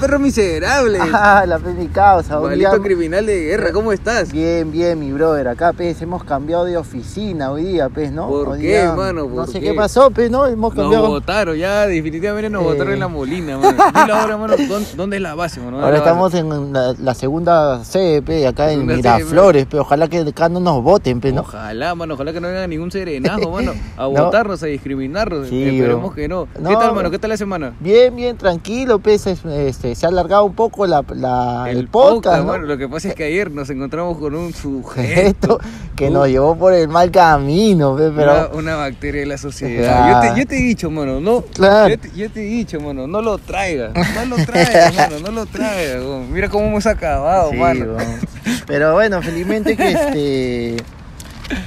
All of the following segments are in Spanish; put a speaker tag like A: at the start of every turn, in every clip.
A: perro miserable.
B: Ah, la fe mi causa. Hoy
A: Maldito
B: día-
A: criminal de guerra, ¿cómo estás?
B: Bien, bien, mi brother. Acá, pez, hemos cambiado de oficina hoy día, pez, ¿no?
A: ¿Por
B: Hoy
A: qué,
B: día,
A: mano?
B: no
A: ¿Por
B: sé
A: qué?
B: qué pasó, pez, ¿no? Hemos
C: Nos
B: cambiado.
C: votaron, ya definitivamente nos
B: Eh.
C: votaron en la molina, mano. Dile ahora, mano, ¿dónde, dónde es la base, mano? ¿Dónde
B: Ahora
C: es la base?
B: estamos en la, la segunda sede, pe, acá en
C: Segunda sede,
B: Miraflores, pe. Ojalá que acá no nos voten, pe, ¿no?
C: Ojalá, mano, ojalá que no venga ningún serenazo, mano, a
B: No.
C: votarnos, a discriminarnos.
B: Sí,
C: Esperemos
B: bro.
C: que no.
B: No,
C: ¿Qué tal,
B: bro.
C: mano? ¿Qué tal la semana?
B: Bien, bien, tranquilo, pez. es- Este, se ha alargado un poco la, la- el, podcast, ¿no?
C: mano, Lo que pasa es que ayer nos encontramos con un
B: Esto
C: sujeto.
B: que
C: Uh,
B: nos llevó por el mal camino, pe, pero...
C: una, una bacteria de la sociedad. Yo, te, yo te he dicho, mano, no.
B: Claro.
C: Yo, te, yo te he dicho, mano, no lo traigas. No lo traigas, mano, no lo traigas. weón. Mira cómo hemos acabado,
B: Sí,
C: mano.
B: weón. Pero bueno, felizmente que este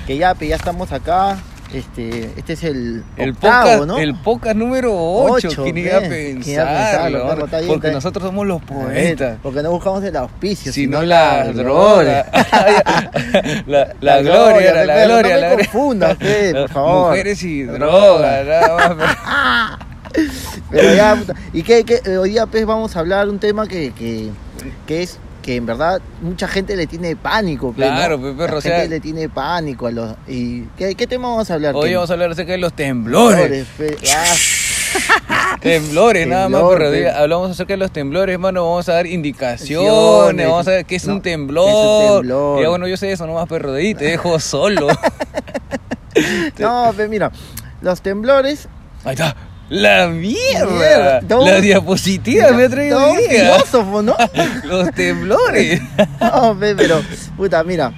B: que ya, pe, ya estamos acá. Este, este es el,
C: El
B: octavo,
C: podcast,
B: ¿no?
C: el podcast número 8,
B: Ocho,
C: ¿quién
B: ve,
C: iba a
B: ¿quién iba a
C: pensarlo?
B: pensarlo?
C: mano?
B: Está bien, está
C: Porque
B: bien.
C: nosotros somos los
B: A ver,
C: poetas.
B: Porque no buscamos el auspicio,
C: Si no la droga. la, la
B: La gloria,
C: gloria, era la
B: Pepe, no
C: gloria.
B: me
C: la gloria.
B: confunda usted, por favor.
C: Mujeres y drogas, nada más.
B: Pero ya, puta. y que, que, eh, hoy día pues vamos a hablar un tema que, que, que es que en verdad mucha gente le tiene pánico. pe, ¿no?
C: Claro, pe, perro,
B: La
C: o sea-
B: gente le tiene pánico a los... ¿Y qué, qué tema vamos a hablar?
C: Hoy
B: Tim?
C: vamos a hablar acerca de los temblores.
B: pe. Ah,
C: Temblores, nada más,
B: Temblor,
C: pero
B: pe.
C: diga, hablamos acerca de los temblores, mano, vamos a dar indicaciones,
B: Indicaciones.
C: vamos a ver qué es
B: No,
C: un
B: qué es un
C: temblor.
B: temblor.
C: Ya bueno, yo sé eso nomás, perro, de ahí te dejo solo.
B: no, pero mira, los temblores...
C: Ahí está. La mierda.
B: Mierda, todo-
C: Las diapositivas me ha traído
B: Todo
C: hoy
B: un
C: día.
B: filósofo, ¿no?
C: Los temblores.
B: No, pe, pero, puta, mira.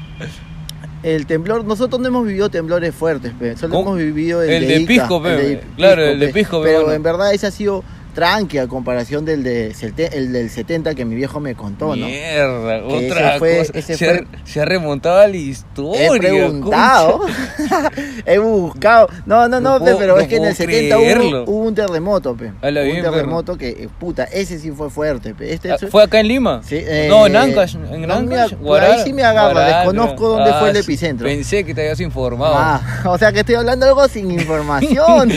B: El temblor, nosotros no hemos vivido temblores fuertes, pe, solo
C: ¿Cómo?
B: hemos vivido el,
C: El
B: de
C: de
B: Ica,
C: Pisco, pe,
B: el de
C: claro, el de Pisco, pe,
B: Pero
C: bueno.
B: en verdad ese ha sido tranqui a comparación del, de, sete- el del 70 que mi viejo me contó, ¿no?
C: Mierda,
B: Que ese
C: otra
B: fue-
C: cosa.
B: ese
C: Se,
B: fue-
C: ha, se ha remontado a la historia.
B: He preguntado, he buscado. No, no,
C: No
B: no, pe,
C: puedo-
B: pero
C: no
B: es que en el
C: puedo
B: 70 hubo,
C: creerlo.
B: hubo un terremoto, pe.
C: A la
B: Hubo un
C: bien, perro.
B: terremoto que, eh, puta, ese sí fue fuerte, pe. Este
C: Ah,
B: fue-
C: ¿Fue acá en Lima?
B: Sí, eh,
C: no, en Ancash.
B: no
C: En
B: me
C: Ancash,
B: ac-
C: Guará-
B: ahí sí me agarra,
C: Guará- Ah,
B: desconozco dónde fue el
C: sí,
B: epicentro.
C: Pensé que te habías informado.
B: Ah, o sea que estoy hablando algo sin información.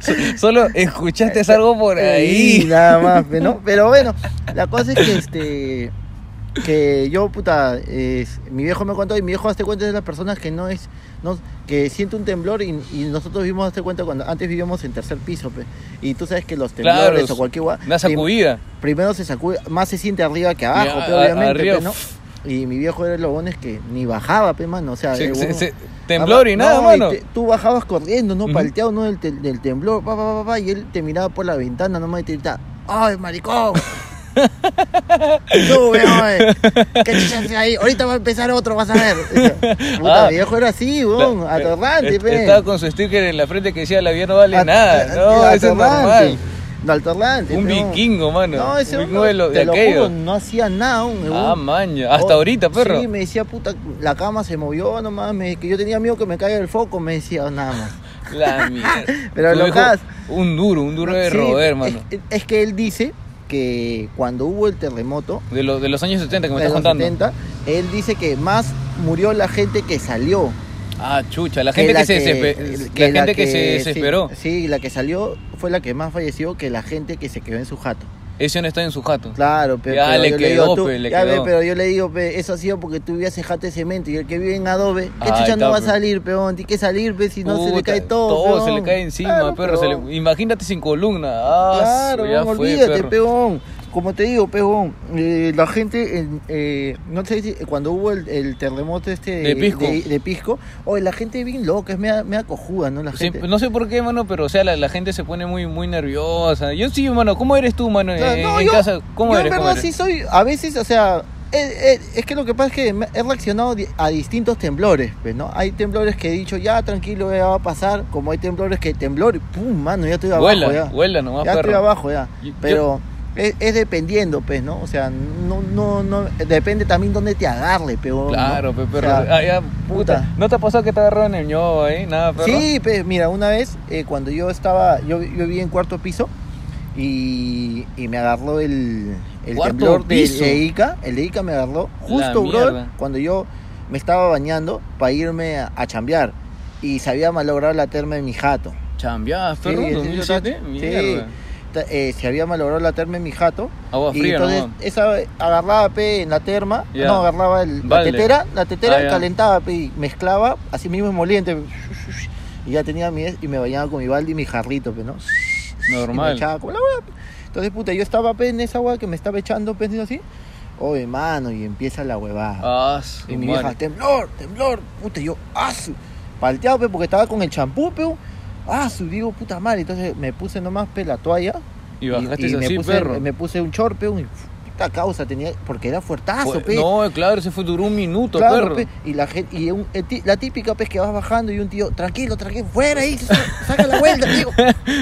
C: So- Solo escuchaste algo por
B: Y
C: ahí.
B: nada más, pe, ¿no? Pero bueno, la cosa es que este que yo puta es- mi viejo me contó y mi viejo hace cuenta es de las personas que no es no que siente un temblor y, y nosotros vimos hace cuenta cuando antes vivíamos en tercer piso pe, y tú sabes que los temblores
C: Claro,
B: o cualquier gua-
C: Una
B: prim-
C: sacudida.
B: primero se sacude más se siente arriba que abajo
C: Ya,
B: pe,
C: a-
B: obviamente
C: arriba,
B: pe, ¿no? y mi viejo era lo bueno es que ni bajaba pe mano o sea
C: Se-
B: el
C: se-
B: huevón-
C: se- temblor y
B: Ah,
C: nada,
B: no,
C: mano.
B: te- tú bajabas corriendo, ¿no?
C: Ujú.
B: Palteado, ¿no? Del, tel- del temblor, pa, pa, pa, pa, y él te miraba por la ventana nomás y te gritaba, ¡ay, maricón! ¡Sube, oye! ¿Qué chucha haces ahí? Ahorita va a empezar otro, vas a ver. Puta,
C: Ah.
B: viejo era así, weón,
C: La-
B: atorrante,
C: est-
B: pe.
C: Estaba con su sticker en la frente que decía la vida no vale
B: At-
C: nada.
B: at-
C: No, eso es
B: atorrante,
C: normal.
B: Atorrante,
C: Un
B: pe, no.
C: vikingo, mano.
B: No, ese
C: un
B: hombre,
C: vikingo de, lo- de
B: te lo juro,
C: aquello.
B: no hacía nada, un
C: ah, maña. Hasta
B: Oh,
C: ahorita, perro.
B: Sí, me decía, puta, la cama se movió nomás, me- que yo tenía miedo que me caiga el foco, me decía nada más.
C: La mierda.
B: Pero
C: Tu
B: lo
C: viejo,
B: cas-
C: Un duro, un duro de
B: Sí,
C: roder, mano.
B: Es, es que él dice que cuando hubo el terremoto
C: De, lo- de los años 70 que me
B: de
C: estás
B: los
C: contando.
B: 70, él dice que más murió la gente que salió.
C: Ah, chucha. La gente que, se, desespe- la gente que se desesperó.
B: Sí, sí, la que salió fue la que más falleció que la gente que se quedó en su jato.
C: Ese no está en su jato.
B: Claro, pe- pero,
C: Ya le
B: yo
C: quedó,
B: le digo, tú-
C: pe, le
B: ya ve,
C: quedó.
B: pero yo le digo, pe, eso ha sido porque tú vivías en jato de cemento y el que vive en adobe, ¿qué
C: Ahí
B: chucha
C: está,
B: no va a
C: pe.
B: salir, peón? Tiene que salir, pe, si no se le
C: Puta,
B: cae todo.
C: Todo se
B: peón.
C: le cae encima,
B: Claro,
C: perro. se le-
B: peón.
C: Imagínate sin columna. Ah,
B: Claro,
C: ya
B: weón,
C: fue,
B: olvídate,
C: perro.
B: peón. Como te digo, peón, eh, la gente, en, eh, no sé si cuando hubo el, el terremoto este
C: De Pisco.
B: de Pisco, oye, la gente bien loca, es mea, mea cojuda, ¿no? La
C: Sí,
B: gente.
C: no sé por qué, mano, pero o sea, la, la gente se pone muy muy nerviosa. Yo sí, mano, ¿cómo eres tú, mano?
B: Claro,
C: en
B: no,
C: eh, en
B: yo-
C: casa, ¿cómo
B: yo
C: eres?
B: en
C: ¿Cómo
B: verdad
C: eres?
B: sí soy, a veces, o sea, he- he- es que lo que pasa es que me- he reaccionado di- a distintos temblores, pues, ¿no? Hay temblores que he dicho, ya, tranquilo, ya va a pasar, como hay temblores que temblor, y pum, mano, ya estoy abajo,
C: Vuela,
B: ya.
C: vuela nomás,
B: ya
C: perro.
B: estoy abajo ya
C: Y-
B: pero es, es dependiendo pues no o sea no no no depende también dónde te agarre pero
C: Claro, pe, perro.
B: O sea,
C: Ah, ya, puta.
B: puta.
C: ¿No te ha pasado que te agarraron el ñobo ahí? Nada, perro.
B: sí pues mira una vez eh, cuando yo estaba yo, yo vivía en cuarto piso y, y me agarró el, el
C: ¿Cuarto
B: temblor de,
C: piso?
B: de Ica el de Ica me agarró justo bro
C: mierda.
B: cuando yo me estaba bañando para irme a, a chambear y se había malogrado la terma de mi jato
C: Chambeabas, perro,
B: Sí, sí, yo
C: 2007.
B: estaba- sí.
C: Mierda.
B: ta- eh, se había malogrado la terma en mi jato.
C: Agua
B: y
C: fría,
B: entonces
C: nomás.
B: esa agarraba pe, en la terma,
C: Ya.
B: no, agarraba el- la
C: Balde.
B: tetera, la tetera
C: Ah, ya.
B: calentaba pe, y mezclaba, así mismo emoliente, y ya tenía mi y me bañaba con mi balde y mi jarrito, pe, ¿no? Y me
C: Normal.
B: echaba como la hueá, pe. Entonces, puta, yo estaba pe, en esa agua que me estaba echando, pe, así. Oye, mano, y empieza la huevada.
C: Ah, su
B: Y mi
C: madre.
B: vieja, temblor, temblor, puta, y yo, asu, palteado, pe, porque estaba con el champú, pe, asu, digo, puta madre, entonces me puse nomás, pe, la toalla,
C: Y bajaste
B: y
C: así,
B: me puse,
C: perro.
B: me puse un short, pe, un, puta causa, tenía, porque era fuertazo,
C: Fue-
B: pe,
C: no, claro, se fue duró un minuto,
B: claro,
C: perro.
B: pe, y la gente, y un- el ti- la típica, pe, es que vas bajando y un tío, tranquilo, tranquilo, fuera ahí, sa- saca la vuelta, digo,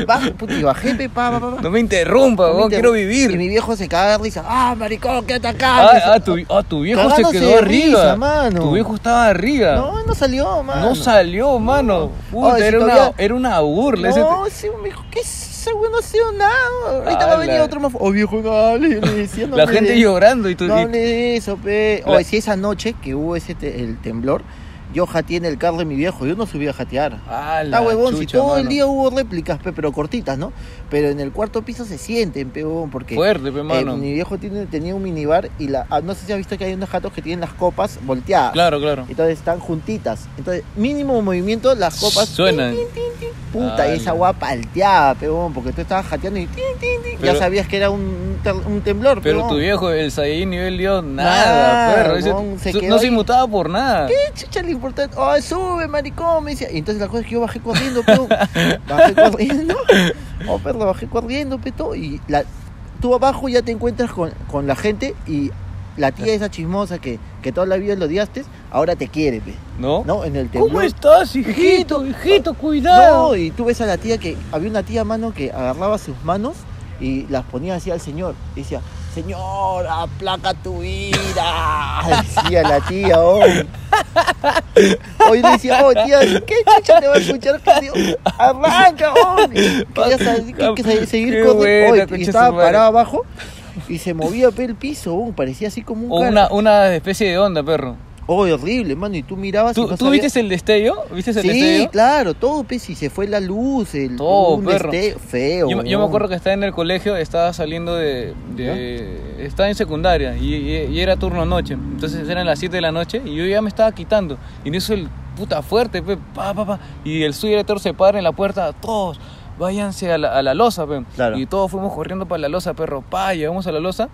B: baja, puta, y bajé, pe, pa, pa, pa, pa.
C: No me interrumpa,
B: No me
C: weón,
B: inter-
C: quiero
B: Y mi
C: vivir.
B: viejo se caga de risa, ah, maricón, quédate acá. me
C: Ah,
B: dice,
C: ah, tu, ah, tu viejo se
B: Cagándose
C: quedó
B: de
C: arriba.
B: risa, mano.
C: Tu viejo estaba arriba.
B: no, no salió, mano.
C: No salió, mano. Puta,
B: Ay, si
C: era,
B: todavía-
C: una, era una burla. ese
B: No, sí, me dijo, ¿qué es eso? güey? No ha sido nada. Ahorita va a
C: Ala.
B: venir otro más. Oh, viejo, no hable, le decía, no
C: Ah, la
B: hable
C: gente
B: de-
C: llorando y tú
B: No
C: y-
B: hable de eso, pe.
C: La-
B: Oye, si esa noche que hubo ese te- el temblor, yo jateé en el carro de mi viejo, yo no subí a jatear.
C: Ah, la
B: Está huevón, si
C: chucha,
B: todo el
C: mano.
B: día hubo réplicas, pe, pero cortitas, ¿no? Pero en el cuarto piso se sienten, pe, huevón, porque.
C: Fuerte, pe,
B: eh,
C: mano.
B: mi viejo tiene, tenía un minibar y la. ah, No sé si has visto que hay unos jatos que tienen las copas volteadas.
C: Claro, claro.
B: Entonces están juntitas. Entonces, mínimo movimiento, las copas.
C: Suenan.
B: Puta, y esa
C: Ala.
B: agua palteada, peón, porque tú estabas jateando y tin, tin, tin, ya
C: Pero-
B: sabías que era un, ter- un temblor,
C: Pero
B: peón.
C: tu viejo, el Saiyajin nivel Dios, nada,
B: Nada,
C: perro. Ese-
B: huevón, se
C: su-
B: quedó
C: no se
B: ahí.
C: inmutaba por nada.
B: ¿Qué chucha le importa? ¡Ay, sube, maricón! Me decía. Y entonces la cosa es que yo bajé corriendo, peón. Bajé corriendo. Oh, perro, bajé corriendo, peto. Y la, tú abajo ya te encuentras con, con la gente y la tía esa chismosa que, que toda la vida lo odiaste, ahora te quiere, pe.
C: ¿No?
B: ¿No? En el temblor.
C: ¿Cómo estás, hijito?
B: Hijito.
C: Hijito,
B: No,
C: cuidado.
B: y tú ves a la tía que había una tía mano que agarraba sus manos y las ponía así al señor. Y decía, Señor, aplaca tu ira. Decía la tía, oh. Hoy decía, oh tía, ¿qué chucha te va a escuchar? Que digo, Arranca, oh. Quería saber- que- que se-
C: Qué
B: seguir con
C: buena,
B: Oye,
C: concha
B: Y
C: su
B: estaba
C: madre.
B: parado abajo y se movía pe, el piso, oh, parecía así como un.
C: O
B: car-
C: una, una especie de onda, perro.
B: Oh, horrible, mano. Y tú mirabas. y
C: ¿Tú,
B: no
C: tú
B: sabías-
C: viste el destello? ¿Viste el
B: Sí,
C: destello?
B: claro, todo, pues, si se fue la luz, el
C: Todo,
B: un
C: perro.
B: este- feo.
C: Yo, yo me acuerdo que estaba en el colegio, estaba saliendo de... de- estaba en secundaria y, y- y era turno noche. Entonces eran las 7 de la noche y yo ya me estaba quitando. Y en eso el puta fuerte, pe, pa, pa, pa. Y el sudirector se para en la puerta, todos, váyanse a la, a la loza, pe.
B: Claro.
C: Y todos fuimos corriendo para la loza, perro, pa, llegamos a la loza.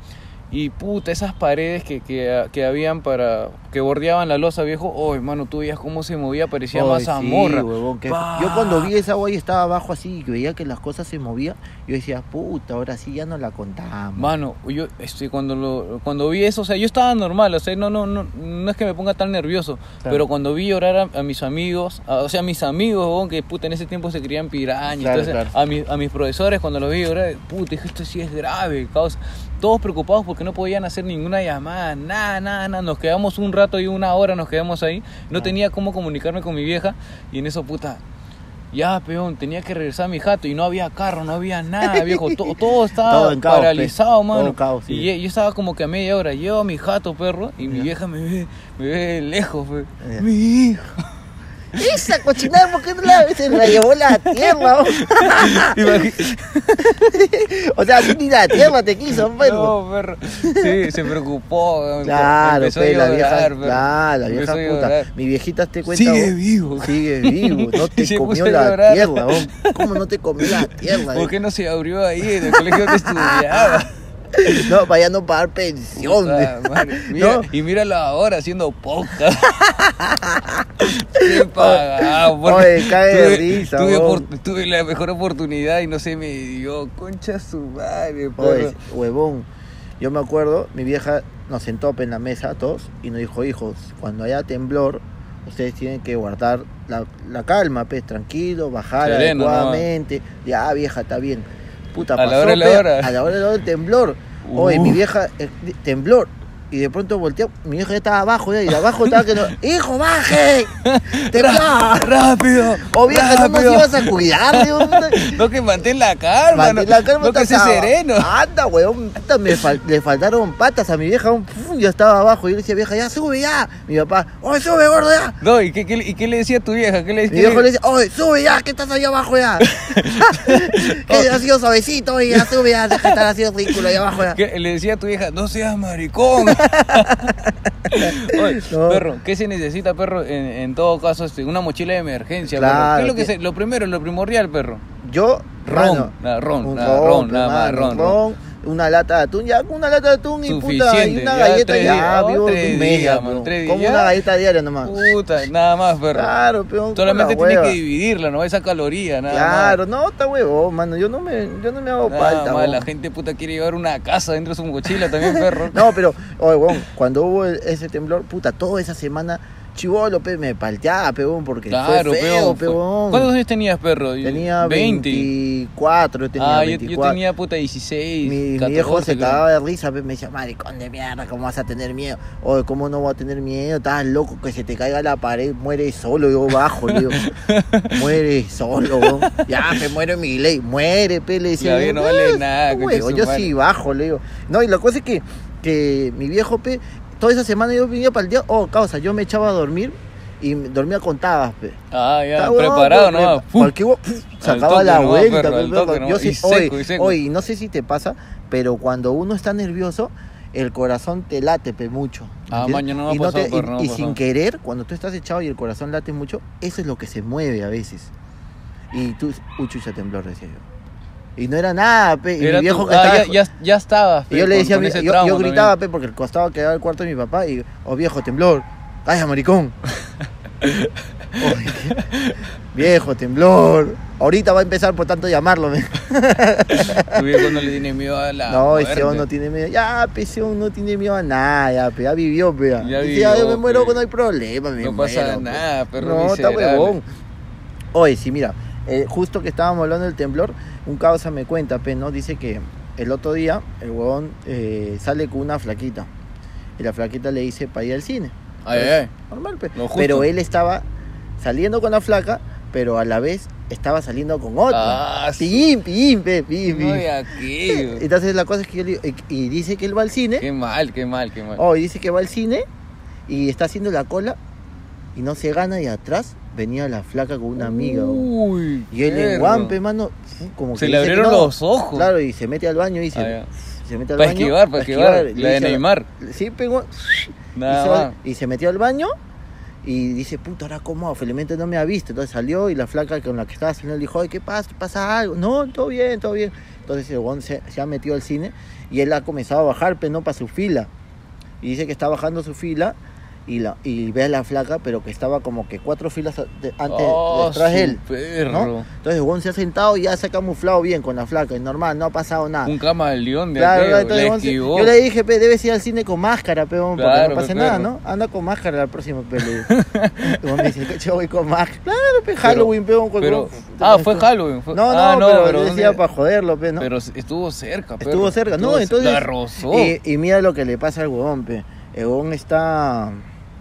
C: Y puta, esas paredes que, que, que habían para... que bordeaban la loza, viejo. Oh, hermano, tú veías cómo se movía, parecía
B: Ay,
C: más
B: sí,
C: mazamorra.
B: huevón, qué-
C: Pa.
B: Yo cuando vi esa guay estaba abajo así y que veía que las cosas se movían, yo decía, puta, ahora sí ya no la contamos.
C: Mano, yo este, cuando lo, cuando vi eso, o sea, yo estaba normal, o sea, no no no no es que me ponga tan nervioso,
B: Claro.
C: pero cuando vi llorar a, a mis amigos, a- o sea, a mis amigos, huevón, que puta en ese tiempo se creían pirañas,
B: Claro,
C: entonces,
B: claro.
C: a mis a mis profesores cuando los vi llorar, puta, dije, esto sí es grave, causa. Todos preocupados porque no podían hacer ninguna llamada, nada, nada, nada. Nos quedamos un rato y una hora nos quedamos ahí. No
B: Ah.
C: tenía cómo comunicarme con mi vieja y en eso, puta, ya, peón, tenía que regresar a mi jato y no había carro, no había nada, viejo. To- todo estaba
B: Todo en caos,
C: paralizado,
B: pe.
C: mano.
B: Todo en caos, sí.
C: Y ye- yo estaba como que a media hora. Llevo a mi jato, perro, y mi
B: Ya.
C: vieja me ve, me ve lejos, pe.
B: Ya.
C: Mi hijo.
B: Esa cochinada, ¿por qué no la, se la llevó la tierra?
C: Imagi-
B: o sea, ni la tierra te quiso, pero.
C: No, perro. Sí, se preocupó. weón.
B: Claro,
C: Empezó a
B: pe, la vieja,
C: llorar, perro.
B: claro, la
C: Empezó
B: vieja
C: a
B: puta.
C: llorar.
B: Mi viejita te cuenta.
C: Sigue
B: huevón,
C: vivo.
B: Sigue vivo, no
C: Y se puso
B: te comió
C: a
B: la
C: llorar.
B: tierra, huevón. ¿cómo no te comió la tierra?
C: ¿Por qué no se abrió ahí en el colegio donde estudiaba?
B: No, para ya no pagar pensión.
C: Puta madre. Mira,
B: No.
C: Y míralo ahora haciendo podcast. Qué pagado. por-
B: Oye, cae de
C: tuve-
B: risa,
C: Tuve,
B: huevón.
C: opor- tuve la mejor oportunidad y no se me dio. Concha su madre,
B: Oye,
C: perro.
B: huevón. Yo me acuerdo, mi vieja nos sentó en la mesa a todos y nos dijo, hijos, cuando haya temblor, ustedes tienen que guardar la, la calma, pues, tranquilo, bajar
C: Sereno, ¿no?
B: adecuadamente. Ya, "Ah, vieja, está bien. Puta,
C: A la
B: pasó, pues,
C: hora de la
B: pe,
C: hora.
B: A la hora de la hora del temblor. Oye, mi
C: Uf.
B: vieja, eh, temblor. Y de pronto volteó, mi hijo ya estaba abajo, ya, y de abajo estaba que no. ¡Hijo, baje! ¡Te va!
C: ¡Rápido!
B: O vieja, no nos
C: rápido.
B: ibas a cuidar, digo, puta.
C: No, que mantén la calma.
B: Mantén la calma,
C: no,
B: Ah.
C: no que
B: estás
C: sea
B: a-
C: sereno.
B: Anda, weón. puta, me fal- le faltaron patas a mi vieja. un- pum, yo estaba abajo. Y yo le decía, vieja, ya sube ya. Mi papá, oye, sube, gordo, ya.
C: No, ¿y qué, qué- y qué le decía a tu vieja? ¿Qué le
B: Mi
C: qué
B: viejo le dice, oye, sube ya, que estás ahí abajo ya. que ha sido suavecito y ya sube ya, deja de estar así ridículo ahí abajo ya.
C: ¿Qué- le decía a tu vieja, no seas maricón. Oye,
B: No.
C: perro, ¿qué se necesita, perro? En, en todo caso, este, una mochila de emergencia, perro.
B: Claro,
C: ¿Qué es lo que
B: que-
C: se- lo primero, lo primordial, perro?
B: Yo,
C: Ron,
B: mano,
C: nada, ron,
B: un
C: nada, ron,
B: pe,
C: nada más,
B: mano,
C: ron,
B: un
C: ron.
B: Una lata de atún, ya, una lata de atún y puta, y
C: Suficiente, ya
B: una galleta
C: tres
B: ya,
C: días, oh,
B: vivo
C: tres
B: un mes,
C: días,
B: ya,
C: mano,
B: peón.
C: tres días,
B: Como
C: ya.
B: una galleta diaria nomás.
C: Puta, nada más, perro.
B: Claro, peón, con
C: Solamente
B: la
C: tienes
B: hueva.
C: que dividirla, no esa caloría, nada
B: Claro,
C: más.
B: no, está huevón, mano, yo no me, yo no me hago
C: Nada
B: falta,
C: más,
B: huevón.
C: la gente puta quiere llevar una casa dentro de su mochila también, perro.
B: No, pero, oye, huevón, cuando hubo el- ese temblor, puta, toda esa semana, chivolo, pe, me palteaba, peón, porque
C: claro,
B: fue feo,
C: fue-
B: peón.
C: ¿Cuántos años tenías, perro?
B: Tenía 24, yo tenía
C: ah, yo-
B: 24.
C: Yo, tenía puta 16.
B: Mi,
C: 14,
B: mi viejo se
C: creo.
B: cagaba de risa, pe, me decía, maricón de mierda, ¿cómo vas a tener miedo? Oye, ¿cómo no voy a tener miedo? Estás loco, que se te caiga la pared, muere solo, yo bajo, le digo, muere solo, weón. ya, me muero en mi ley, muere, pe, le decía,
C: La vida
B: yo,
C: no vale
B: "Ah,
C: nada,
B: no,
C: concha
B: huevo,
C: su
B: yo
C: madre".
B: sí bajo, le digo, no, y la cosa es que, que mi viejo, pe, toda esa semana yo venía para el día, oh, causa, yo me echaba a dormir y me- dormía con tabas, pe.
C: Ah, ya,
B: Está huevón,
C: preparado, ¿no?
B: pero prepa-
C: Pum.
B: Cualquier huevo, puf, sacaba
C: toque
B: la
C: nomás,
B: vuelta.
C: perro, al
B: pe, perro.
C: toque nomás,
B: Yo
C: y
B: sí,
C: seco,
B: oye,
C: y seco.
B: oye, no sé si te pasa, pero cuando uno está nervioso, el corazón te late pe, mucho.
C: Ah,
B: ¿entiendes?
C: maña, no me ha
B: y no
C: pasado,
B: te- y-
C: perro, no me ha
B: y
C: pasado.
B: sin querer, cuando tú estás echado y el corazón late mucho, eso es lo que se mueve a veces. Y tú, uy, chucha, temblor, decía yo. Y no era nada, pe. Y mi
C: Era
B: viejo
C: tu-
B: que
C: ah,
B: estaba-
C: ya, ya, ya estabas.
B: y yo le decía, a mi- yo, yo gritaba,
C: gritaba.
B: pe, porque el costado quedaba el cuarto de mi papá y, oh viejo, temblor, calla, maricón. Oye, viejo, temblor. Ahorita va a empezar por tanto llamarlo. me.
C: Tu viejo no le tiene miedo a la.
B: no, ese
C: muerte.
B: hombre no tiene miedo. Ya, pe, ese hombre no tiene miedo a nada, ya, pe, ya vivió, pe. Ya,
C: Ya
B: Dice, ya,
C: vivió,
B: yo me muero,
C: pe.
B: no hay problema, me
C: No pasa
B: muero, pe.
C: nada, perro
B: pues. No, está
C: miserable.
B: huevón. Oye, sí, mira, eh, justo que estábamos hablando del temblor, un causa me cuenta, pe, ¿no? Dice que el otro día el huevón eh, sale con una flaquita. Y la flaquita le dice para ir al cine.
C: Ay, ay,
B: Normal, pe.
C: Lo justo.
B: Pero él estaba saliendo con la flaca, pero a la vez estaba saliendo con otra.
C: Ah, su-
B: Pim, pim, pe,
C: ay.
B: pim,
C: No
B: pim.
C: de aquello.
B: Entonces la cosa es que yo le digo, y- y dice que él va al cine.
C: Qué mal, qué mal, qué mal.
B: Oh, y dice que va al cine y está haciendo la cola y no se gana y atrás venía la flaca con una amiga. oh.
C: Uy.
B: Y él en
C: perro.
B: guampe, mano, como que
C: Uh, Se le
B: dice que
C: abrieron
B: no.
C: los ojos.
B: Claro, y se mete al baño y se,
C: Ah,
B: se mete al
C: Para
B: baño.
C: esquivar, para esquivar.
B: y
C: La de
B: dice-
C: Neymar.
B: Sí, pegó. y,
C: Nada
B: se,
C: más.
B: y se metió al baño y dice, puta, ahora cómo, felizmente no me ha visto. Entonces salió y la flaca con la que estaba saliendo le dijo, ay, ¿qué pasa? ¿Pasa algo? No, todo bien, todo bien. Entonces el huevón se, se ha metido al cine y él ha comenzado a bajar, pero no para su fila. Y dice que está bajando su fila y, la, y ve a la flaca, pero que estaba como que cuatro filas a- de- antes,
C: Oh,
B: detrás de
C: su
B: él. ¿no?
C: Perro.
B: Entonces el huevón se ha sentado y ya se ha camuflado bien con la flaca, es normal, no ha pasado nada.
C: Un camaleón de
B: Ah. Claro,
C: aquello.
B: entonces,
C: Le
B: once-
C: esquivó.
B: yo le dije, pe, debes ir al cine con máscara, pe, porque
C: Claro,
B: no
C: pe,
B: pase nada,
C: perro.
B: ¿no? Anda con máscara la próxima pelea. y vos me dices, yo voy con máscara. Claro, pe, Halloween, pe, un
C: Pero, ah, fue Halloween. fue-
B: pues, No, no,
C: ah,
B: pero, yo
C: ¿dónde?
B: decía para joderlo, pe, ¿no?
C: Pero estuvo cerca, perro.
B: Estuvo cerca, no,
C: Estuvo-
B: entonces. eh,
C: La rozó.
B: Y, y mira lo que le pasa al huevón, pe. El huevón está.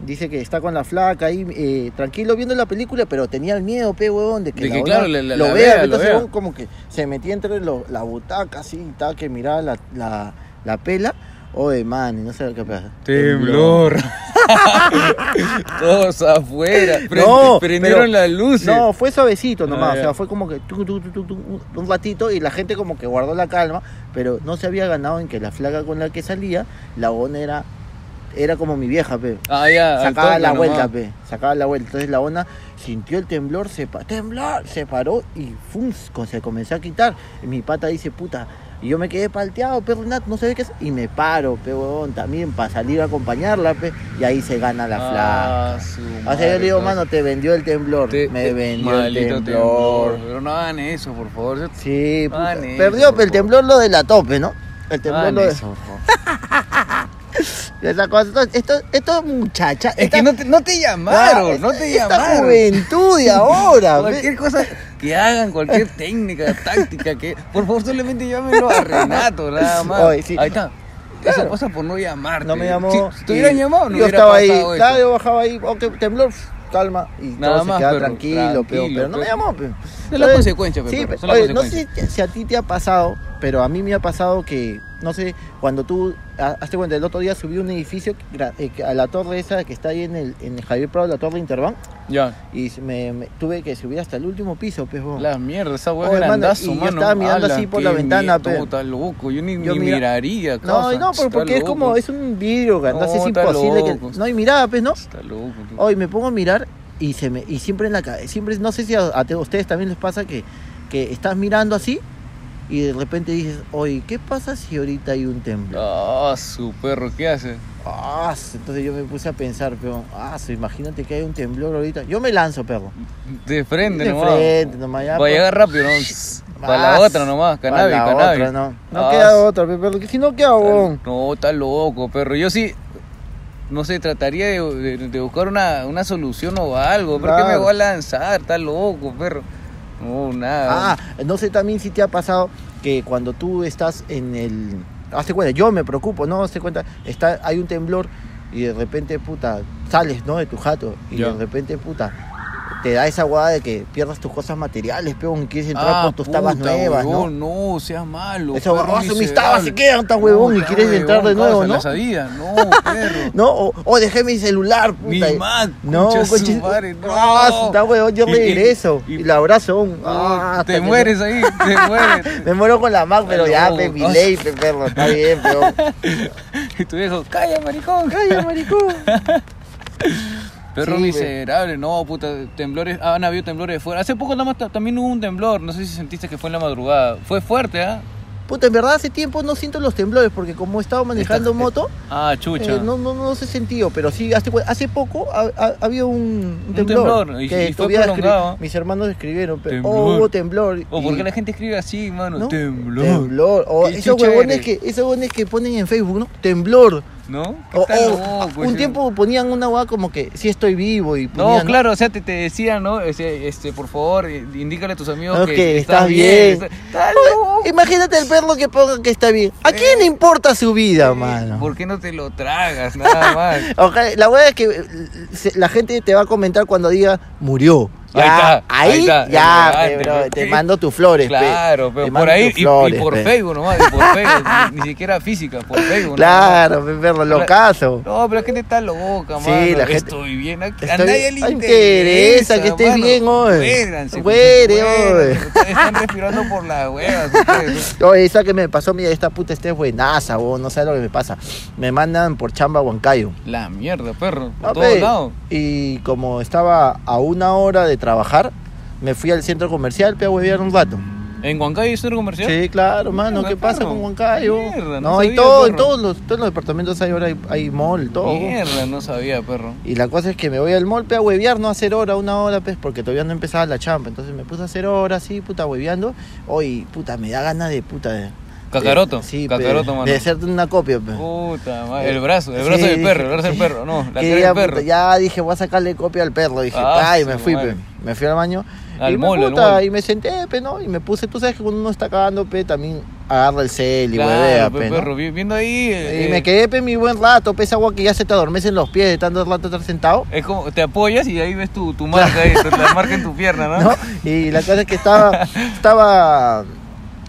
B: Dice que está con la flaca ahí, eh, tranquilo viendo la película, pero tenía el miedo, pe, huevón, de que,
C: De
B: la
C: que,
B: huevona
C: claro, la- la-
B: lo
C: la
B: vea.
C: vea,
B: pe.
C: lo
B: entonces,
C: vea.
B: el huevón como que se metía entre lo- la butaca, así, y estaba que miraba la, la, la pela. Oye, man, y no sé qué pasa.
C: Temblor. Todos afuera. Pre-
B: ah. No,
C: prendieron
B: pero-
C: las luces.
B: No, fue suavecito nomás,
C: Ah,
B: o
C: ya.
B: sea, fue como que tu, tu, tu, tu, tu, un- un ratito y la gente como que guardó la calma, pero no se había ganado en que la flaca con la que salía, la ona era, era como mi vieja, pe.
C: Ah, ya. al
B: Sacaba
C: toque
B: la
C: nomás.
B: vuelta, pe. Sacaba la vuelta. Entonces la ona sintió el temblor, se, pa- temblor, se paró y fum, co- se comenzó a quitar. Y mi pata dice, puta. Y yo me quedé palteado, pe, Renato, no sé qué es. Y me paro, pe, huevón, también para salir a acompañarla, pe. Y ahí se gana la flaca.
C: Ah, su
B: O sea, yo
C: madre,
B: le digo,
C: todo.
B: mano, te vendió el temblor.
C: Te-
B: me
C: te-
B: vendió el
C: maldito
B: temblor.
C: Pero no hagan eso, por favor.
B: Sí, puta.
C: Ah, neta,
B: Perdió,
C: por
B: pero el
C: favor.
B: temblor lo de la tope, ¿no? El temblor
C: Hagan
B: lo de...
C: eso, por favor.
B: Esa cosa, esto, esto, esto muchacha...
C: Es
B: esta-
C: que no te, no te llamaron,
B: Ah,
C: no
B: esta-
C: te
B: Esta
C: llamaron.
B: juventud de ahora. ve.
C: Cualquier cosa que hagan, cualquier técnica, táctica, que por favor solamente llámenlo a Renato, nada más.
B: Oye, sí.
C: Ahí está. Eso pasa por no llamarte.
B: No me llamó.
C: Si, si te
B: y
C: hubieran llamado, no
B: Yo
C: hubiera
B: estaba ahí,
C: pasado esto.
B: claro, yo bajaba ahí, ok, temblor, pf, calma. Y
C: Nada
B: todo
C: más,
B: se quedaba
C: pero
B: tranquilo, pero,
C: tranquilo,
B: pero no me
C: pero-
B: llamó. Pero.
C: Es la
B: Oye,
C: consecuencia, pero,
B: Sí,
C: pero son
B: pero,
C: las
B: oye, no sé
C: consecuencias.
B: si a ti te ha pasado, pero a mí me ha pasado que, no sé, cuando tú, ha- hazte cuenta, el otro día subí a un edificio, que gra- eh, que a la torre esa que está ahí en el en Javier Prado, la torre Interbank,
C: Ya.
B: y se- me, me- tuve que subir hasta el último piso, pues, huevón.
C: La mierda, esa hueá
B: Oye,
C: es
B: mano,
C: grandazo,
B: y yo
C: mano.
B: estaba mirando
C: Ala,
B: así por la
C: qué
B: ventana,
C: miedo,
B: pe.
C: Está loco, yo ni,
B: Yo
C: ni
B: mira-
C: miraría,
B: No,
C: causa,
B: y no, pero
C: está
B: porque es
C: loco.
B: como, es un vidrio, grandazo,
C: No,
B: es
C: está
B: imposible
C: loco.
B: que... No hay mirada, pues, ¿no?
C: Está loco. pe.
B: Hoy me pongo a mirar y se me y siempre en la cabeza, siempre no sé si a, a te- a ustedes también les pasa que, que estás mirando así y de repente dices, "Oye, ¿qué pasa si ahorita hay un temblor?"
C: Ah, su perro, ¿qué hace?
B: Ah, su- entonces yo me puse a pensar, pero ah, su, imagínate que hay un temblor ahorita. Yo me lanzo, perro.
C: De frente
B: De
C: nomás.
B: frente nomás, ya,
C: Va a
B: pues.
C: llegar rápido, ¿no? Para
B: Vas,
C: la otra nomás,
B: pa'
C: cannabis,
B: la
C: cannabis.
B: otra, no. No
C: Ah,
B: queda otra, pe, perro, que si no queda huevón.
C: No, está loco, perro. Yo sí, no sé, trataría de, de- de buscar una, una solución o algo. ¿Por qué me
B: Claro.
C: voy a lanzar? Está loco, perro. No, nada.
B: Ah, no sé también si te ha pasado que cuando tú estás en el. Hazte cuenta, yo me preocupo, ¿no? Hazte cuenta, está, hay un temblor y de repente, puta, sales, ¿no? De tu jato y
C: Ya.
B: de repente, puta, te da esa guada de que pierdas tus cosas materiales, peón, y quieres entrar por tus tabas
C: Ah, puta,
B: nuevas, ¿no?
C: huevón, ¿no? seas malo.
B: Esa
C: perro
B: guada, "Ah, mis
C: miserable".
B: tabas se quedan, está huevón, y
C: Puta,
B: quieres entrar de
C: huevón,
B: nuevo,
C: causa,
B: ¿no?
C: la sabía. No, perro.
B: ¿No? O, o dejé mi celular,
C: Mi
B: puta.
C: Mac,
B: no,
C: concha su
B: coche-
C: madre, no.
B: Ah, está huevón, yo
C: Y- y-
B: regreso y,
C: y-
B: la abrazo. un- ah,
C: Ah,
B: hasta
C: te
B: que no-
C: mueres ahí, te mueres.
B: Me muero con la Mac, pero
C: Ay,
B: ya,
C: no.
B: pe, mi ley, pe, perro, está bien, pero.
C: Y tu viejo, calla maricón, calla maricón. Perro
B: Sí,
C: miserable, no, puta, temblores, ah, han habido temblores fuera. Hace poco nada más ta- también hubo un temblor, no sé si sentiste que fue en la madrugada. Fue fuerte, ¿ah?
B: Puta, en verdad hace tiempo no siento los temblores, porque como he estado manejando
C: Estás-
B: moto,
C: Ah, chucha.
B: eh, no, no, no se sentido, pero sí, hace, cu- hace poco ha, ha- había un, un
C: Un
B: temblor.
C: temblor, y- y fue
B: todavía escri-
C: prolongado.
B: Mis hermanos escribieron, pero
C: Temblor. Oh,
B: hubo temblor.
C: o
B: y-
C: porque la gente escribe así, mano,
B: ¿no?
C: temblor.
B: Temblor. O
C: Qué
B: esos
C: chucha
B: huevones,
C: eres.
B: que, esos huevones que ponen en Facebook, ¿no? Temblor.
C: ¿No? ¿Qué
B: O,
C: tal,
B: o,
C: no,
B: ah,
C: pues,
B: un
C: sí.
B: tiempo ponían una hueá como que sí estoy vivo y
C: No,
B: ponían,
C: claro, o sea, te, te decían, ¿no? Este, este, por favor, eh, indícale a tus amigos
B: No,
C: que,
B: que
C: estás
B: estás
C: bien.
B: bien.
C: está- está loco.
B: Oye, Imagínate el perro que ponga que está bien. ¿A quién le importa su vida, mano?
C: ¿Por qué no te lo tragas nada más?
B: Ojalá- la verdad es que eh, se- la gente te va a comentar cuando diga murió.
C: Ahí
B: Ya,
C: está, ahí está,
B: ya,
C: elegante,
B: pe, bro,
C: pe.
B: te mando tus flores. pe.
C: Claro,
B: Te
C: pero por
B: mando
C: ahí
B: tus
C: y, y
B: flores,
C: por
B: pe.
C: Facebook nomás, y por Facebook, ni, ni siquiera física, por Facebook.
B: Claro, pe, perro, lo
C: Ahora-
B: caso.
C: No, No, pero la gente está loca,
B: Sí,
C: mano.
B: la gente-
C: Estoy bien aquí. A
B: Estoy-
C: nadie le
B: Ay,
C: interesa.
B: interesa que estés
C: mano.
B: bien, oye.
C: Muéranse,
B: Muere,
C: pinches,
B: oye.
C: muéranse, Ustedes están respirando por las huevas. ustedes.
B: Oye, esa que me pasó, mira, esta puta, esta es buenaza, vos, no sabes lo que me pasa. Me mandan por chamba a Huancayo.
C: La mierda, perro. Por
B: Ah,
C: todos
B: pe,
C: lados.
B: Y como estaba a una hora de trabajar, me fui al centro comercial, pe, a huevear un rato.
C: ¿En Huancayo hay centro comercial?
B: Sí, claro, mano,
C: Mierda,
B: ¿qué pasa
C: perro.
B: con Huancayo?
C: Mierda, no
B: no, hay
C: sabía,
B: todo, en
C: perro.
B: todos los, todos los departamentos hay ahora hay, hay mall, todo.
C: Mierda, no sabía, perro.
B: Y la cosa es que me voy al mall, pe, a huevear, no a hacer hora, una hora, pues, porque todavía no empezaba la champa. Entonces me puse a hacer hora, así, puta, hueveando. Hoy, puta, me da ganas de, puta, de...
C: Cacaroto.
B: de- sí, pe,
C: cacaroto, mano.
B: De hacerte una copia, pe.
C: Puta madre. Ah, El brazo, el brazo
B: Sí,
C: del perro, el
B: dije-
C: brazo del perro. No, la
B: que
C: cara del
B: ya, puta,
C: perro.
B: ya dije, voy a sacarle copia al perro. Dije,
C: Ah,
B: ay,
C: su
B: me fui,
C: madre.
B: pe. me fui al baño.
C: Al
B: y, me,
C: mall, al
B: puta,
C: mall.
B: y me senté, pe, ¿no? Y me puse, tú sabes que cuando uno está cagando, pe, también agarra el cel y huevea,
C: pe,
B: pe, ¿no?
C: perro, vi- viendo ahí.
B: Y
C: eh,
B: me quedé pe, mi buen rato, pe, esa agua que ya se te adormece en los pies de tanto rato estar sentado.
C: Es como, te apoyas y ahí ves tu, tu marca, ahí, tu- la marca en tu pierna, ¿no?
B: ¿no? Y la cosa es que estaba, estaba,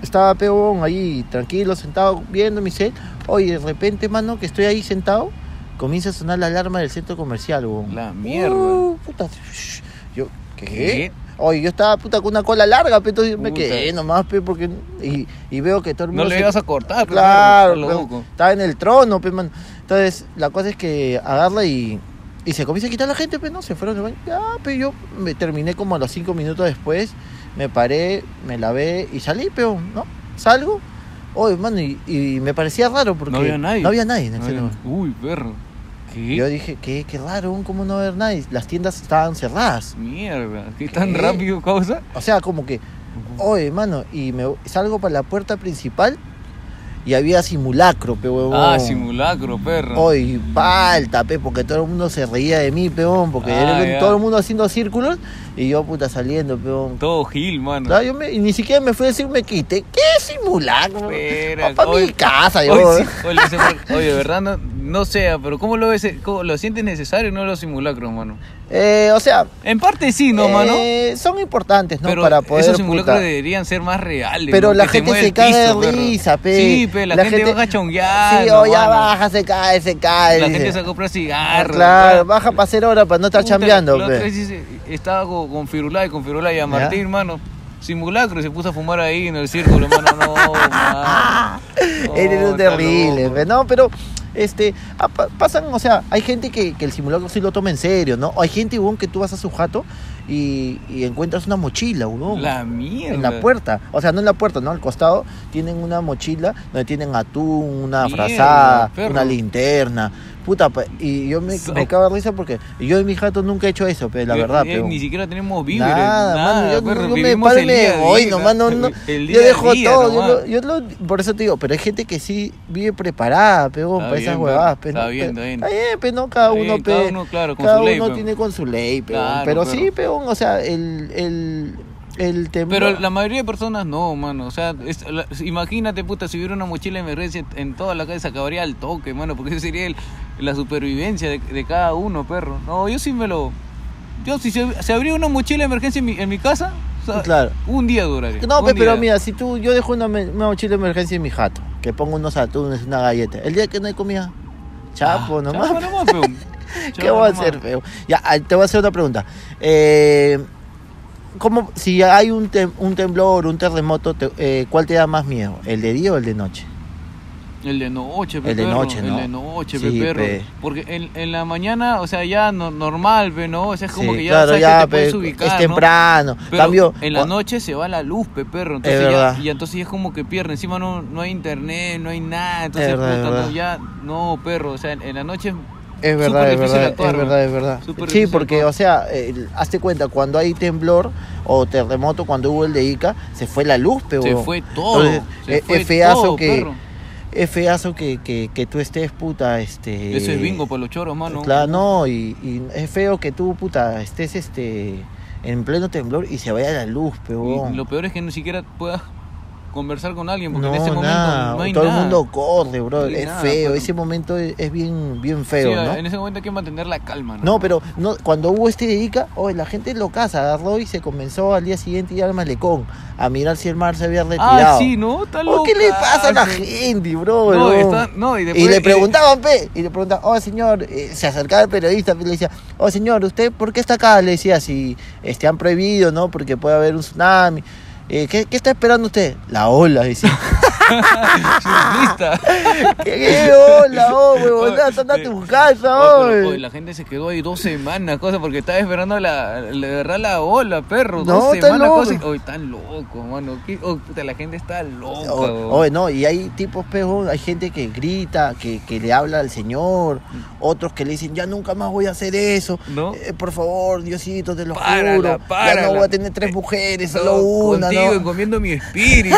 B: estaba peón ahí tranquilo, sentado, viendo mi set. Oye, de repente, mano, que estoy ahí sentado, comienza a sonar la alarma del centro comercial, weón.
C: La mierda.
B: Uh, puta. Yo, ¿qué? Oye, yo estaba puta con una cola larga, pe, entonces yo me
C: Puta.
B: quedé nomás, pe, porque. Y, y veo que todo el
C: No
B: mundo.
C: le
B: se-
C: ibas a cortar, pues, pe,
B: Claro,
C: perro,
B: pero
C: está loco.
B: estaba en el trono, pe, man. Entonces, la cosa es que agarra y, y se comienza a quitar la gente, pero no, se fueron. del baño. Ya, pero yo me terminé como a los cinco minutos después, me paré, me lavé y salí, pero, ¿no? Salgo. Oye, mano, y, y me parecía raro porque.
C: No había nadie.
B: No había nadie en el
C: No,
B: centro.
C: yo- Uy, perro. ¿Qué?
B: Yo dije, qué, qué raro, ¿cómo no haber nadie? Las tiendas estaban cerradas.
C: Mierda. ¿Qué tan
B: ¿Qué?
C: rápido causa?
B: O sea, como que, oye, mano, y me salgo para la puerta principal y había simulacro, pe huevón.
C: Ah, simulacro, perro.
B: Hoy, palta, pe, porque todo el mundo se reía de mí, peón, porque de
C: Ah,
B: repente
C: ya.
B: todo el mundo haciendo círculos y yo puta saliendo, peón.
C: Todo gil, mano.
B: Claro, yo me- y ni siera me fui a decir me quité. ¿Qué simulacro?
C: Espera,
B: Papá,
C: hoy-
B: mi casa, yo.
C: Oye, sí, oye, ese fue- oye, verdad, no, no sea, pero ¿cómo lo ves? cómo- ¿Lo sientes necesario o no los simulacros, mano?
B: Eh, o sea,
C: En parte sí, ¿no, mano?
B: eh, son importantes, ¿no?
C: pero
B: Para poder.
C: esos simulacros
B: puta.
C: deberían ser más reales.
B: Pero
C: ¿no?
B: la
C: Que
B: gente
C: mueva
B: se
C: el
B: cae
C: piso,
B: de
C: perro.
B: risa, pe.
C: Sí, pe, la, gente, baja chongueando.
B: Sí, oh, ya
C: mano.
B: baja, se cae, se cae.
C: La
B: dice.
C: gente se compra cigarros.
B: Claro,
C: ¿verdad?
B: baja para hacer hora, para no estar
C: Puta,
B: chambeando,
C: la
B: pe.
C: otra vez hice- estaba con, con Firulay, con Firulay, a Martín, hermano. Simulacro, y se puso a fumar ahí en el círculo, hermano. No, mano. No,
B: Eres un
C: Oh, está
B: terrible,
C: loco.
B: pe. No, pero. Este, ah, pa- pasan, o sea, hay gente que, que el simulacro sí lo toma en serio, ¿no? O hay gente, weón, que tú vas a su jato y, y encuentras una mochila, weón.
C: La mierda.
B: en la puerta, o sea, no en la puerta, ¿no? Al costado tienen una mochila donde tienen atún, una
C: Mierda,
B: frazada,
C: perro.
B: una linterna. Puta, pe- y yo me,
C: So-
B: me cago de risa porque yo en mi jato nunca he hecho eso, pero la
C: Eh,
B: verdad,
C: eh,
B: pero
C: Ni siquiera tenemos víveres.
B: Nada,
C: Nada,
B: mano, yo,
C: perro,
B: yo me
C: vivimos
B: paro y
C: el
B: me
C: día a
B: voy
C: día,
B: nomás, no, no,
C: el día
B: yo
C: a
B: dejo
C: día
B: todo, yo
C: nomás.
B: lo- yo lo- por eso te digo, pero hay gente que sí vive preparada, pegón,
C: Está
B: para esas
C: bien,
B: huevadas,
C: pe,
B: pe,
C: está
B: ¿no?
C: bien,
B: Pe-
C: está bien.
B: pe, no, cada
C: Está
B: uno,
C: bien, cada
B: pe,
C: uno, claro, con
B: cada
C: su ley,
B: uno
C: pe.
B: tiene con su ley, pegón,
C: Claro,
B: pero
C: perro.
B: sí, pegón, o sea, el, el, el temblor-
C: Pero la mayoría de personas no, mano. O sea, es- la- imagínate, puta, si hubiera una mochila de emergencia en toda la calle, se acabaría al toque, mano. Porque eso sería el- la supervivencia de, de cada uno, perro. No, yo sí me lo. Yo, si se, se abría una mochila de emergencia en mi, en mi casa, o sea,
B: Claro.
C: un día duraría.
B: No,
C: un
B: pe, pero
C: día.
B: mira, si tú, yo dejo una, me- una mochila de emergencia en mi jato, que pongo unos atunes, una galleta. El día que no hay comida, chapo
C: Ah,
B: nomás.
C: chapo nomás, peón.
B: ¿Qué
C: Chapo
B: voy a
C: nomás.
B: hacer, feo? Ya, ah, te voy a hacer otra pregunta. Eh, ¿cómo- si hay un, tem- un temblor, un terremoto, te- eh, ¿cuál te da más miedo? ¿El de día o el de noche?
C: El de noche, pe,
B: El de
C: perro,
B: noche, ¿no?
C: El de noche,
B: Sí,
C: pe, perro.
B: pe.
C: Porque en, en la mañana, o sea, ya no- normal, pe, ¿no? O sea, es como
B: Sí,
C: que ya,
B: claro,
C: sabes
B: ya,
C: que te puedes
B: pe,
C: ubicar,
B: es
C: ¿no?
B: temprano.
C: Pero
B: Cambio,
C: en la
B: o-
C: noche se va la luz, pe, perro.
B: Es
C: Entonces
B: verdad.
C: ya, y entonces ya es como que pierde. Encima no, no hay internet, no hay nada. Entonces,
B: Es verdad, es
C: puta, no,
B: verdad.
C: ya, no, perro. O sea, en, en la noche.
B: Es verdad,
C: súper
B: es
C: difícil
B: verdad,
C: actuar,
B: es
C: ¿no?
B: verdad, es verdad.
C: Súper
B: Sí,
C: difícil
B: porque,
C: actuar.
B: o sea, el- hazte cuenta, cuando hay temblor o terremoto, cuando hubo el de Ica, se fue la luz, pero...
C: Se fue todo. se
B: eh,
C: fue
B: es feazo
C: todo,
B: que,
C: perro.
B: es feazo que, que, que tú estés, puta, este...
C: Eso es bingo para los choros, mano.
B: Claro, no, y, y es feo que tú, puta, estés, este, en pleno temblor y se vaya la luz, pero...
C: Y lo peor es que ni siquiera puedas conversar con alguien, porque
B: no,
C: en ese momento
B: nada,
C: no hay
B: todo
C: nada.
B: el mundo corre, bro,
C: No hay
B: es
C: nada,
B: feo,
C: pero-
B: ese momento es, es bien, bien feo,
C: Sí,
B: ¿no?
C: En ese momento hay que mantener la calma, ¿no?
B: No, pero no, cuando hubo este de Ica, oh, la gente lo casa, agarró y se comenzó al día siguiente ir al malecón a mirar si el mar se había retirado.
C: Ah, sí, ¿no? Está
B: Oh,
C: loco.
B: ¿Qué le pasa a la gente, bro?
C: No,
B: bro?
C: está- no, y después- eh,
B: le
C: y-
B: preguntaban, pe, y le preguntaban, oh, señor, eh, se acercaba el periodista, pe, y le decía, oh, señor, ¿usted por qué está acá? Le decía, si este, han prohibido, ¿no? Porque puede haber un tsunami. Eh, ¿qué, qué está esperando usted? La ola, decía. ¡Ah!
C: Surfista.
B: ¿Qué, qué ola, oh, huevón?
C: Oye,
B: Anda a tu
C: eh,
B: casa,
C: Oh,
B: oh.
C: pero, oye, la gente se quedó ahí dos semanas, cosa, porque estaba esperando la, la, de verdad la ola, perro.
B: No,
C: dos
B: está
C: semanas,
B: loco.
C: cosa. y- Oye, están locos, mano. ¿Qué? Oh, puta, la gente está loca.
B: O-
C: weón.
B: Oye, no, y hay tipos peor, hay gente que grita, que, que le habla al Señor, otros que le dicen, ya nunca más voy a hacer eso,
C: Mm. ¿No?
B: Eh, por favor, Diosito, te lo
C: Párala,
B: juro, ya
C: párala. Eh,
B: no voy a tener tres mujeres,
C: No,
B: solo una,
C: contigo
B: ¿no?
C: encomiendo mi espíritu,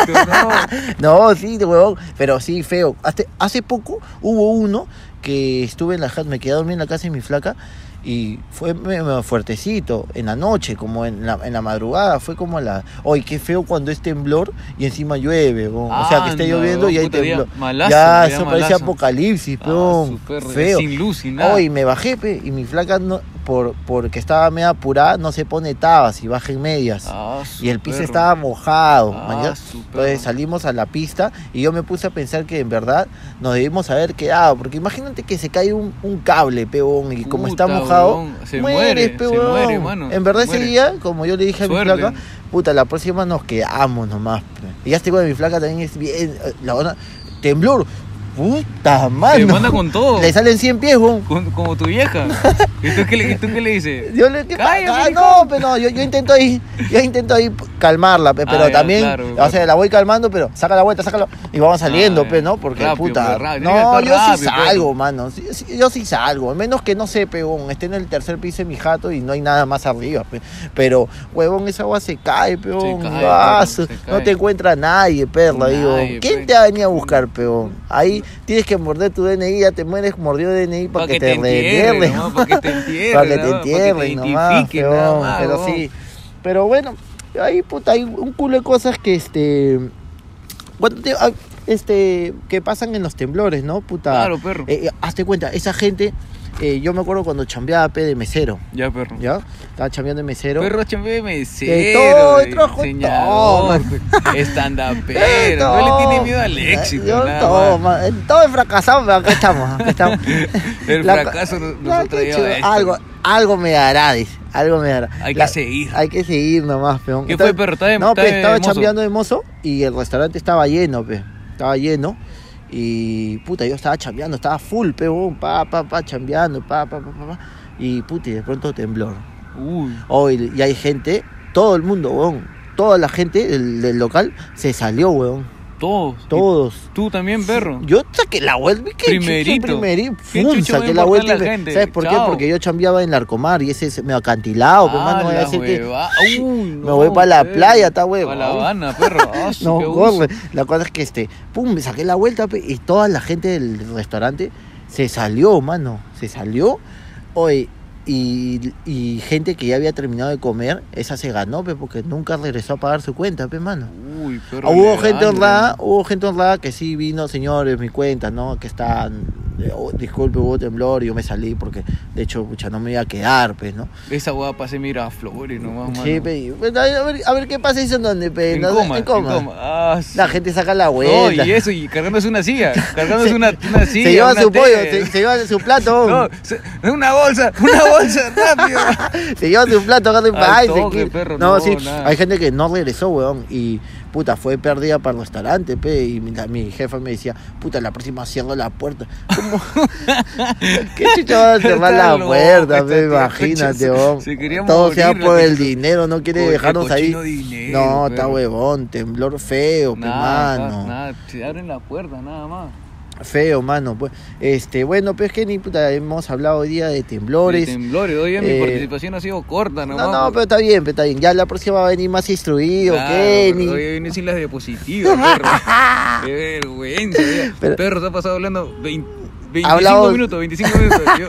C: no.
B: No, sí, de huevón, pero sí, feo. Hace, hace poco hubo uno que estuve en la casa, me quedé a dormir en la casa de mi flaca y fue me- me- fuertecito, en la noche, como en la, en la madrugada, fue como a la... ¡Ay, qué feo cuando es temblor y encima llueve! huevón. o sea, que esté
C: Anda,
B: lloviendo
C: huevón,
B: y hay
C: Ah, puta, día
B: temblor.
C: malazo,
B: ya,
C: día
B: eso parece
C: malazo.
B: apocalipsis,
C: Ah,
B: peón.
C: su perro,
B: feo.
C: sin luz, sin nada.
B: Oh, y me bajé, pe, y mi flaca, no, por, porque estaba media apurada, no se pone tabas y baja en medias.
C: Ah, su
B: Y el piso
C: perro.
B: estaba mojado.
C: Ah,
B: mañana.
C: su perro.
B: Entonces salimos a la pista y yo me puse a pensar que en verdad nos debimos haber quedado. Porque imagínate que se cae un, un cable, peón, y como está
C: Puta,
B: mojado,
C: huevón, se muere, se
B: huevón.
C: muere, mano,
B: En verdad ese
C: muere.
B: día, como yo le dije a
C: Suerte.
B: mi flaca, puta, la próxima nos quedamos nomás. pe. Y ya estoy con mi flaca también es bien. eh, La onda, temblor. Puta madre.
C: Te manda con todo.
B: Le salen 100 pies, huevón.
C: Con- como tu vieja. ¿Y tú qué le, y tú qué le dices?
B: Yo le ¿qué pa-
C: Cállate,
B: ah,
C: hijo.
B: no, pero no, yo, yo intento ahí, yo intento ahí, calmarla, pe, pero
C: Ah, ya,
B: también,
C: claro,
B: o
C: claro. Ah,
B: sea, la voy calmando, pero saca la vuelta, sácala y vamos saliendo,
C: ya.
B: pe, ¿no? Porque
C: Rápido,
B: puta.
C: pero rápido, tiene que
B: no,
C: actuar
B: yo sí
C: rápido, pues. pe.
B: salgo, mano. sí- sí, yo sí salgo, a menos que no sé, peón, esté en el tercer piso de mi jato y no hay nada más arriba, pe. pero huevón, esa agua se cae, peón.
C: cae,
B: ah,
C: peón,
B: su-
C: se
B: no
C: cae.
B: te encuentra nadie, perla,
C: Nadie,
B: digo. ¿Quién
C: pe.
B: te ha venido a buscar, peón? Ahí tienes que morder tu DNI, ya te mueres mordido DNI para que, te,
C: entierren,
B: reentierren.
C: nomás, Para que te entierren.
B: Para que te
C: nomás, para que te
B: entierren nomás,
C: identifiquen, nada
B: peón,
C: más,
B: pero
C: huevón.
B: sí. Pero bueno, ahí puta, hay un culo de cosas que este. cuando te- ah, este. que pasan en los temblores, ¿no? Puta.
C: Claro, perro.
B: Eh, eh, hazte cuenta, esa gente, eh, yo me acuerdo cuando chambeaba pe de mesero,
C: Ya, perro.
B: ¿ya? Estaba chambeando de mesero.
C: Perro chambe mesero.
B: De todo,
C: de
B: trajo
C: diseñador,
B: todo, Eh,
C: Estandapero. No le tiene miedo al éxito.
B: Yo
C: nada
B: todo,
C: más.
B: ma- en todo he fracasado, pero acá estamos, acá estamos.
C: El
B: La-
C: fracaso nos, nos
B: la
C: ha traído
B: chucha,
C: a esto.
B: Algo, algo me dará, dice. Algo me dará.
C: Hay que seguir.
B: Hay que seguir nomás, peón.
C: ¿Qué
B: Entonces-
C: fue, perro? ¿Estaba de-
B: No,
C: estaba
B: pe,
C: de
B: estaba
C: mozo?
B: chambeando de mozo y el restaurante estaba lleno, pe. Estaba lleno. Y puta, yo estaba chambeando, estaba full, pe, huevón, pa, pa, pa, chambeando, pa, pa, pa, pa, pa. Y puta, y de pronto temblor.
C: Uy.
B: Oh, y, y hay gente, todo el mundo, weón. Toda la gente del, del local se salió, weón.
C: Todos.
B: Todos.
C: Y Tú también, perro.
B: Yo saqué la vuelta, ¿qué chucha,
C: Primerito.
B: primerito,
C: ¿Qué
B: fum,
C: chucha va a
B: saqué la
C: importar
B: vuelta. y
C: la
B: me-
C: gente?
B: ¿Sabes por qué?
C: Chao.
B: Porque yo chambeaba en Larcomar y ese es medio acantilado, pues, mano, voy a
C: Ah, la
B: decir que-
C: hueva. Uy,
B: me voy pa' la
C: perro.
B: playa, está huevo.
C: Pa' La Habana, perro. Ah, sí,
B: No,
C: qué gusto.
B: corre. La cosa es que este, pum, me saqué la vuelta pe, y toda la gente del restaurante se salió, mano. Se salió. Oye, y, y gente que ya había terminado de comer, esa se ganó, pe, porque nunca regresó a pagar su cuenta, pe, mano.
C: Uy, perro.
B: Hubo
C: le
B: gente
C: dan,
B: honrada, hubo gente honrada que sí vino, señores, mi cuenta, ¿no? Que están. eh, oh, disculpe, hubo temblor y yo me salí porque, de hecho, pucha, no me iba a quedar, pues, ¿no?
C: güey. Esa hueá pasé Miraflores nomás, mano.
B: Sí, pe, y- pues, a, ver, a ver- a ver qué pasa, dicen dónde, pe,
C: en
B: no sé,
C: coma,
B: en coma.
C: en coma. Ah, sí.
B: La gente saca la
C: No,
B: vuelta.
C: y eso, y cargándose una silla, cargándose una, una silla.
B: se lleva
C: una
B: su
C: tele.
B: pollo, se, se lleva su plato.
C: No, se- una bolsa, una bolsa, rápido.
B: Se lleva su plato, agarra y
C: Al
B: pa- ay, se
C: toque,
B: quita.
C: perro,
B: no,
C: no,
B: sí,
C: nada.
B: hay gente que no regresó, weón. Y puta, fue pérdida para el restaurante, pe. Y mi, la- mi jefa me decía, puta, la próxima cierro la puerta. ¿Cómo? ¿Qué chucha va a cerrar
C: Está
B: la
C: loco,
B: puerta,
C: esta
B: pe?
C: tía,
B: Imagínate,
C: se-
B: weón.
C: se quería
B: Todo
C: morir,
B: sea
C: la
B: por el
C: pinche-
B: dinero, no quiere
C: Por el
B: dejarnos ahí.
C: cochino dinero,
B: No, está
C: perro.
B: huevón, temblor feo, pe, mano.
C: nada, nada, te abren la puerta, nada más.
B: Feo, mano. pues. Este, bueno, pues que ni puta, hemos hablado hoy día de temblores.
C: De temblores, hoy en
B: eh,
C: mi participación ha sido corta,
B: no,
C: nomás.
B: no,
C: porque-
B: pero está bien, pero está bien. Ya la próxima va a venir más instruido,
C: Claro,
B: que
C: pero Hoy
B: ni.
C: viene sin las diapositivas, perro. Qué vergüenza, mira.
B: Pero-
C: perro, se ha pasado hablando 20 25
B: Hablamos-
C: minutos, 25 minutos. Yo,
B: No,
C: yo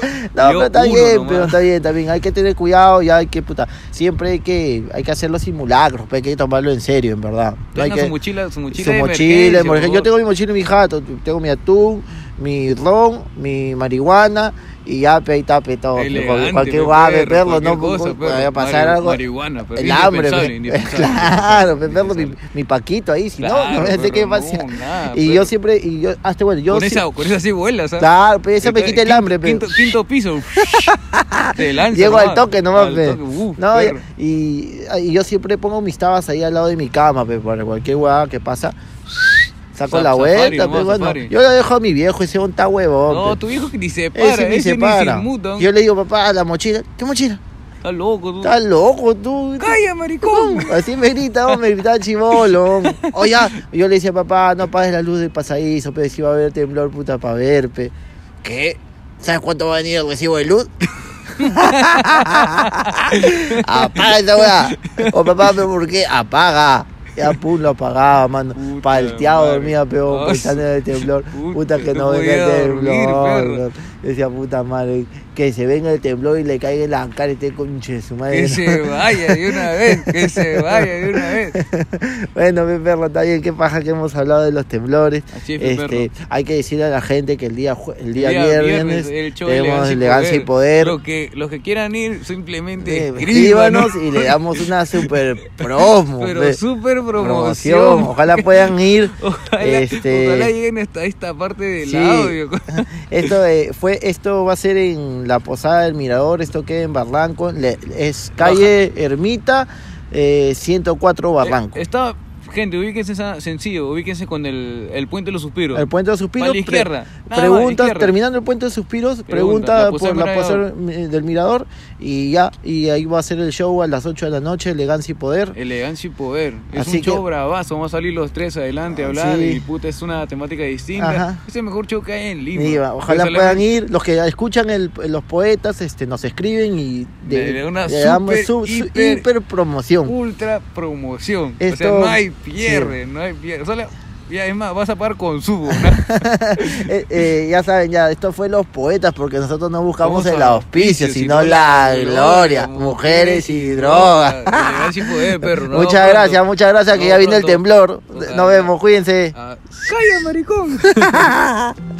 B: pero está
C: uno
B: bien,
C: nomás.
B: pero está bien, está bien. Hay que tener cuidado, ya hay que puta. Siempre hay que, hay que hacer los simulacros, pero hay que tomarlo en serio, en verdad. No hay
C: Tenga
B: que,
C: su mochila, su mochila.
B: su
C: de
B: mochila,
C: emergencia,
B: por ejemplo.
C: por
B: Yo tengo mi mochila y mi jato, tengo mi atún, mi ron, mi marihuana y ya pe, ahí está pe, todo. pe,
C: Elegante,
B: cualquier
C: pe,
B: guave,
C: perro,
B: perro,
C: cualquier
B: no
C: cosa,
B: Porque vaya a
C: perro.
B: pasar
C: Mari-
B: algo.
C: marihuana, perro,
B: el hambre,
C: indispensable,
B: pe.
C: indispensable.
B: claro, pe, perro, mi,
C: Indispensable.
B: mi paquito ahí, si no, no
C: Claro,
B: me sé
C: perro,
B: qué pasa.
C: no, nada,
B: y yo
C: perro.
B: siempre, y yo, hasta bueno, yo
C: Con,
B: sí-
C: esa, con esa sí vuelas, ¿sabes?
B: Claro, pe, esa me
C: Está-
B: quita el
C: quinto-
B: hambre, pe.
C: Quinto, quinto piso. Te lanza.
B: Llego al
C: nomás.
B: toque nomás,
C: Al
B: pe.
C: toque, uf,
B: no,
C: perro.
B: y, y yo siempre pongo mis tabas ahí al lado de mi cama, pe, para cualquier huevada que pasa. Saco
C: Sa-
B: la
C: safari
B: vuelta,
C: nomás,
B: pe, bueno.
C: safari.
B: Yo lo dejo a mi viejo, ese un está huevón.
C: No,
B: pe.
C: tu hijo que ni se para,
B: pues. ese ni se para. Yo le digo, papá, la mochila. ¿Qué mochila?
C: Está loco, tú.
B: Estás loco tú.
C: ¡Calla, maricón!
B: Así me gritaba, me gritaba chivolo. O ya, yo le decía, papá, no apagues la luz del pasadizo, pero si va a haber temblor, puta, para ver, pe. ¿Qué? ¿Sabes cuánto va a venir el recibo de luz? Apaga esa weá. O papá, pero ¿por qué? Apaga. Ya pum, lo apagaba, mano.
C: Puta
B: Palteado
C: madre.
B: dormía, peón,
C: Ah,
B: pensando en el temblor. Puta,
C: puta,
B: que no
C: no
B: venga el
C: podía dormir,
B: temblor.
C: perro.
B: weón. Yo decía, puta madre, que se venga el temblor y le caiga en la cara este conche de su madre.
C: Que se vaya de una vez, que se vaya de una vez.
B: Bueno, mi perro, está bien, qué paja que hemos hablado de los temblores.
C: Así es, mi
B: Este, hay que decirle a la gente que el día, jue- el día,
C: Día
B: viernes,
C: el show
B: tenemos elegancia y poder.
C: Los que, los que quieran ir, simplemente
B: Eh,
C: escríbanos.
B: escríbanos y le damos una super promo.
C: Pero
B: pe.
C: súper
B: Promoción.
C: promoción.
B: Ojalá puedan ir.
C: Ojalá,
B: este,
C: ojalá lleguen hasta esta parte del
B: Sí.
C: audio.
B: Esto eh, fue, esto va a ser en la Posada del Mirador, esto queda en Barranco, le- es calle Ermita eh, 104 Barranco.
C: Eh, Está gente, ubíquense esa- sencillo, ubíquense con el, el puente de los suspiros.
B: El puente de suspiros.
C: Para la izquierda.
B: pre-
C: Nada más,
B: pregunta,
C: izquierda.
B: terminando el puente de suspiros,
C: Pregunta,
B: pregunta,
C: la posada
B: por la
C: del
B: posada del mirador y ya, y ahí va a ser el show a las 8 de la noche, elegancia y poder.
C: Elegancia y poder. Es
B: Así
C: un show
B: que- Ah,
C: bravazo. Vamos a salir los tres adelante a hablar.
B: Sí.
C: Y puta, es una temática distinta.
B: Ajá.
C: Es el mejor show que hay en Lima.
B: Y va, ojalá
C: Pues,
B: puedan ir, los que escuchan el- los poetas, este, nos escriben y
C: De- de una
B: le damos
C: super,
B: su- su-
C: hiper- Uh.
B: hiper promoción.
C: Ultra promoción. O sea,
B: Esto-
C: no hay pierde. No hay pierde. Solo- ya, es más, vas a pagar con subo. ¿no?
B: Eh, eh, ya saben, ya, esto fue los poetas, porque nosotros no buscamos
C: Vamos
B: el
C: al
B: auspicio, sino la gloria, mujeres y drogas.
C: Elegancia y poder, perro. Nos
B: muchas
C: vemos
B: gracias,
C: pronto.
B: muchas gracias, que
C: Nos
B: ya
C: vemos
B: viene el
C: pronto.
B: temblor.
C: Puta,
B: Nos vemos, cuídense.
C: Ah, ¡Calla, maricón!